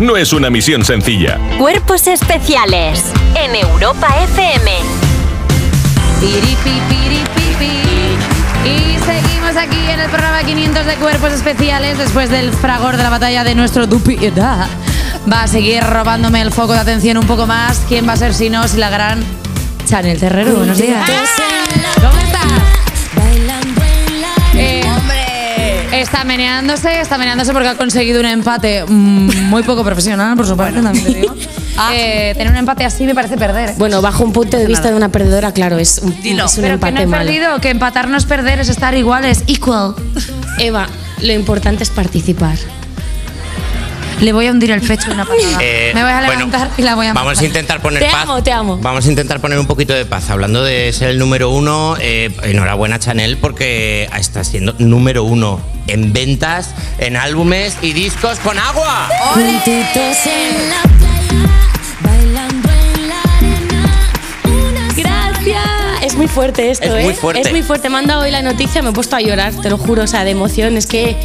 no es una misión sencilla. Cuerpos especiales en Europa FM. Piripi, piripipi. Y seguimos aquí en el programa 500 de Cuerpos Especiales después del fragor de la batalla de nuestro Dupiedad. Va a seguir robándome el foco de atención un poco más. ¿Quién va a ser si no? Si la gran Chanel Terrero. Buenos días. ¿Cómo estás? Eh, Está meneándose, está meneándose porque ha conseguido un empate mm, muy poco profesional, por su parte, también te digo. Eh, tener un empate así me parece perder. ¿eh? Bueno, bajo un punto de vista de una perdedora, claro, es un, Dilo. es un Pero empate que no he malo. perdido, que empatar no es perder, es estar iguales, equal. Eva, lo importante es participar. Le voy a hundir el pecho de una patada. Eh, Ah, me voy a bueno, levantar y la voy a Vamos matar. a intentar poner Te paz. amo, te amo. Vamos a intentar poner un poquito de paz. Hablando de ser el número uno, eh, enhorabuena Chanel porque está siendo número uno en ventas, en álbumes y discos con agua. Juntitos en la Gracias. Es muy fuerte esto, Es muy ¿eh? fuerte. Es muy fuerte. Me han dado hoy la noticia, me he puesto a llorar, te lo juro, o sea, de emoción. Es que.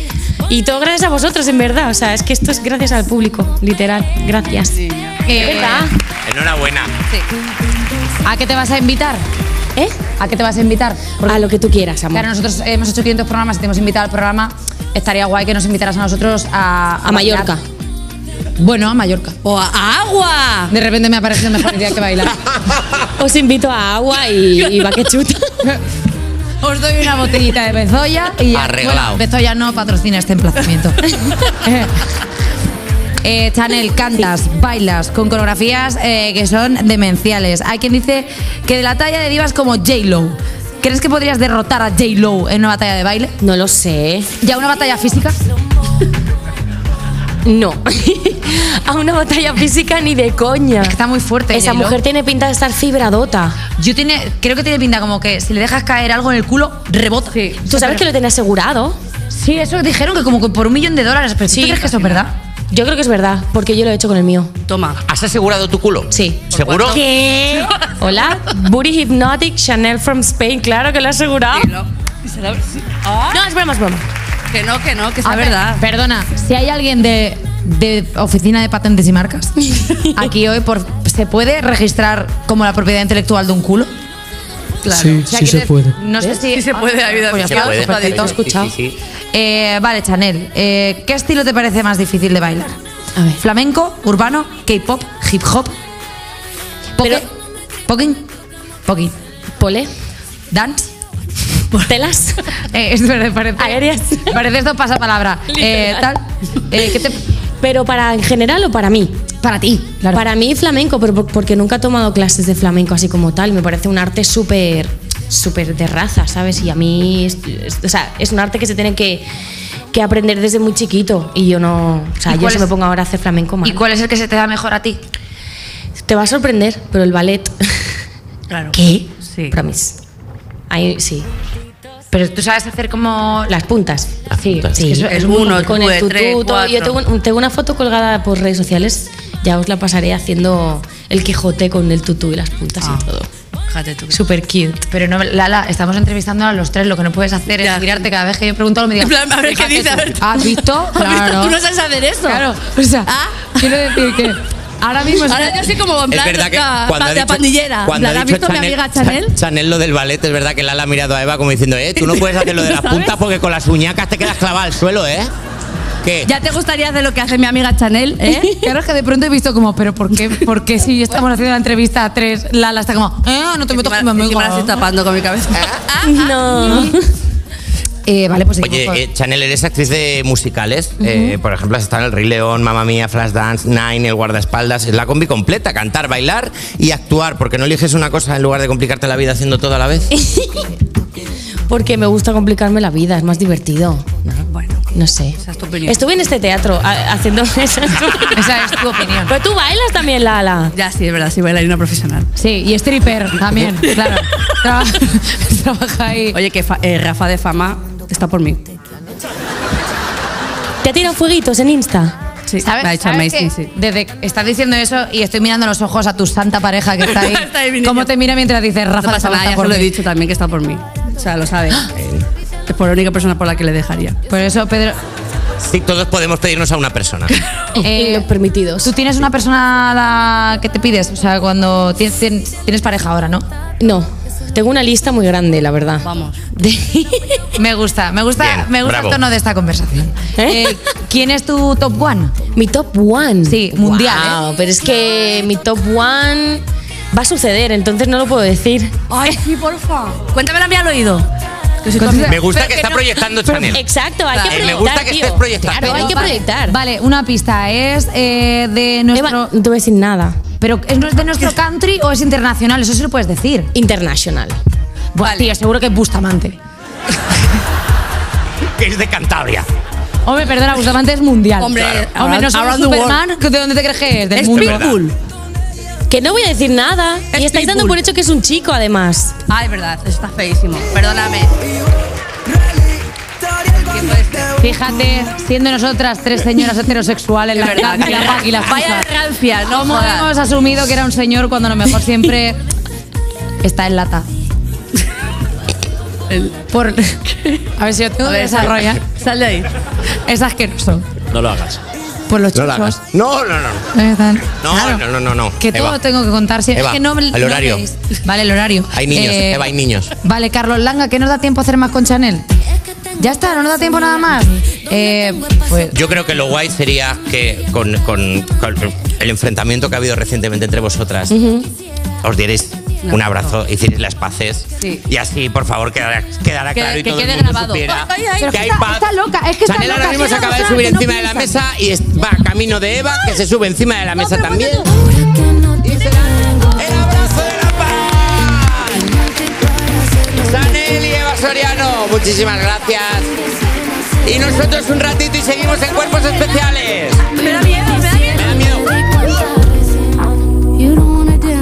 Y todo gracias a vosotros, en verdad. O sea, es que esto es gracias al público, literal. Gracias. Eh, ¿Verdad? Enhorabuena. ¿A qué te vas a invitar? ¿Eh? ¿A qué te vas a invitar? A lo que tú quieras, amor. Claro, nosotros hemos hecho 500 programas y te hemos invitado al programa. Estaría guay que nos invitaras a nosotros a... a Mallorca. bailar. Bueno, a Mallorca. O a agua. De repente me ha parecido mejor idea que bailar. Os invito a agua y, y baquechuta. Os doy una botellita de Bezoya y ya. Arreglao. Bueno, Bezoya no patrocina este emplazamiento. Eh, Chanel, cantas, bailas con coreografías eh, que son demenciales. Hay quien dice que de la talla de divas como J-Lo. ¿Crees que podrías derrotar a J-Lo en una batalla de baile? No lo sé. ¿Ya una batalla física? No. a una batalla física ni de coña. Está muy fuerte. Esa J.Lo. mujer tiene pinta de estar fibradota. Yo tiene, creo que tiene pinta como que si le dejas caer algo en el culo, rebota. Sí, ¿Tú sabes que lo tiene asegurado? sí eso dijeron que como que por un millón de dólares. Pero Sí, ¿tú crees que eso es verdad? Yo creo que es verdad, porque yo lo he hecho con el mío. Toma. ¿Has asegurado tu culo? Sí. ¿Seguro? ¿Qué? Hola, Booty Hypnotic Chanel from Spain, claro que lo he asegurado. Dilo. Díselo. Ah, No, es broma, es broma. Que no, que no, que es A ver, verdad. Perdona, si hay alguien de, de oficina de patentes y marcas aquí hoy, por, ¿se puede registrar como la propiedad intelectual de un culo? Claro. Sí, sí se quiero- puede. No sé si Sí se puede, David, Pues ya sí Se está, puede. perfecto. perfecto, escuchado. Sí, sí, sí. Eh, vale, Chanel, eh, ¿qué estilo te parece más difícil de bailar? A ver. Flamenco, urbano, K-pop, hip hop, Pero, poke, poking, poking, pole, dance. telas. Eh, es verdad, parece. Aéreas. Parece esto pasapalabra. Eh, Literal. tal. Eh, ¿qué te- Pero para en general o para mí. Para ti, claro. Para mí flamenco, pero por- porque nunca he tomado clases de flamenco así como tal. Me parece un arte súper, súper de raza, ¿sabes? Y a mí, es, es- o sea, es un arte que se tiene que, que aprender desde muy chiquito. Y yo no, o sea, ¿Y yo cuál si es- me pongo ahora a hacer flamenco mal. ¿Y cuál es el que se te da mejor a ti? Te va a sorprender, pero el ballet. Claro. ¿Qué? Sí. Promise. Ahí sí. Pero tú sabes hacer como... Las puntas. Las sí, puntas. sí. Es el uno, con el tutú. tú, de tres, todo. Yo cuatro. tengo, un- tengo una foto colgada por redes sociales. Ya os la pasaré haciendo el Quijote con el tutú y las puntas Ah. y todo. Fíjate tú. Súper cute. Pero no, Lala, estamos entrevistando a los tres. Lo que no puedes hacer Ya. es girarte cada vez que yo pregunto algo me digas... En plan, a ver qué "Fíjate dice, a tú". ver. ¿Has visto? Claro. Tú no sabes hacer eso. Claro. O sea, Ah. quiero decir que ahora mismo... Ahora yo soy como en Es plan, verdad que la- cuando ha la dicho, pandillera. cuando En plan, ha ¿has dicho visto a mi Chanel, amiga Chanel? Chan- Chanel lo del ballet, es verdad que Lala ha mirado a Eva como diciendo, eh, tú no puedes hacer lo de las puntas porque con las uñacas te quedas clavada al suelo, ¿eh? ¿Qué? Ya te gustaría hacer lo que hace mi amiga Chanel, ¿eh? Claro, es que de pronto he visto como, pero ¿por qué, por qué si estamos haciendo la entrevista a tres, Lala está como, eh, no te metas con mi amigo. Encima- encima la estoy tapando con mi cabeza. No. Eh, vale, pues seguimos Oye, con- eh, Chanel, eres actriz de musicales. Eh, por ejemplo, has estado en El Rey León, Mamma Mía, Flashdance, Nine, El Guardaespaldas. Es la combi completa, cantar, bailar y actuar. Porque no eliges una cosa en lugar de complicarte la vida haciendo todo a la vez. Porque me gusta complicarme la vida, es más divertido. Bueno, No sé. esa es tu opinión. Estuve en este teatro a- haciendo esa. Esa es tu opinión. Pero tú bailas también, Lala. Ya, sí, es verdad, sí, bailarina profesional. Sí, y stripper también, claro. Traba- Trabaja ahí. Oye, que fa- eh, Rafa de Fama está por mí. ¿Te ha tirado fueguitos en Insta? Sí, ¿Sabes? Me ha dicho ¿Sabes amazing, que sí. Desde que estás diciendo eso y estoy mirando los ojos a tu santa pareja que está ahí. Está ahí mi niño. ¿Cómo te mira mientras dices Rafa? no pasa Salazar nada, ya se por lo he mí"? Ah. dicho también que está por mí. O sea, lo sabe. Eh, Es por la única persona por la que le dejaría. Por eso, Pedro. Sí, todos podemos pedirnos a una persona. Eh, Los permitidos. Tú tienes una persona a la que te pides, o sea, cuando tienes, tien- tienes pareja ahora, ¿no? No, tengo una lista muy grande, la verdad. Vamos. De- Me gusta, me gusta, Bien, me gusta bravo. el tono de esta conversación. ¿Eh? Eh, ¿Quién es tu top one? Mi top one. Sí, mundial, Guau, Pero es que mi top one va a suceder, entonces no lo puedo decir. Ay, sí, porfa. Cuéntamela a mí al oído. Que soy tu Considera- amiga. Me gusta Pues Pero que que está no- proyectando Chanel. Exacto, hay que Eh, proyectar. me gusta que tío. estés proyectando. Claro, hay que Vale, proyectar. Vale, una pista. ¿Es eh, de Eva, nuestro. no te voy a decir nada. ¿Pero es de nuestro country o es internacional? Eso sí lo puedes decir. International. Buah, tío, seguro que es Bustamante. Que es de Cantabria. Hombre, perdona, Bustamante es mundial. Hombre, Claro. Hombre, no around- somos around the world. Superman. ¿De dónde te crees que es? Del Es mundo. Pitbull. Que no voy a decir nada. Es y estáis dando Pitbull. por hecho que es un chico, además. Ay, Ah, verdad, está feísimo. Perdóname. Tiempo de espera. Fíjate, siendo nosotras tres señoras heterosexuales, la verdad, y la, y la Vaya cosa. rancia, no ¿Cómo jodas. hemos asumido que era un señor cuando a lo mejor siempre está en lata? Por... A ver si yo tengo A que ver, desarrollar. Sal de ahí. Es asqueroso. No lo hagas. Por los No lo chuchos. hagas. No, no, no. Ahí están. No, no, no, no, no. Que Eva. todo tengo que contar. siempre. Eva, es que no, al no horario. veis. Vale, el horario. Hay niños, Eh, Eva, hay niños. Vale, Carlos Langa, ¿qué nos da tiempo a hacer más con Chanel? Ya está, no nos da tiempo nada más. Eh, pues, Yo creo que lo guay sería que con, con- con el enfrentamiento que ha habido recientemente entre vosotras, os dierais un abrazo, hicierais las paces. Sí. Y así, por favor, quedará, quedará Que- claro y que todo el quede mundo grabado. supiera Ay, ay, ay. Pero que es hay que está- paz. está loca, es que está Chanel ahora loca, mismo se tiene acaba de razón, subir que no encima de la piensa. mesa y es- va camino de Eva, que se sube encima de la mesa también. ¡El abrazo de la paz! Sanel y Eva Soriano, muchísimas gracias. Y nosotros un ratito y seguimos en Cuerpos Especiales. Espera bien.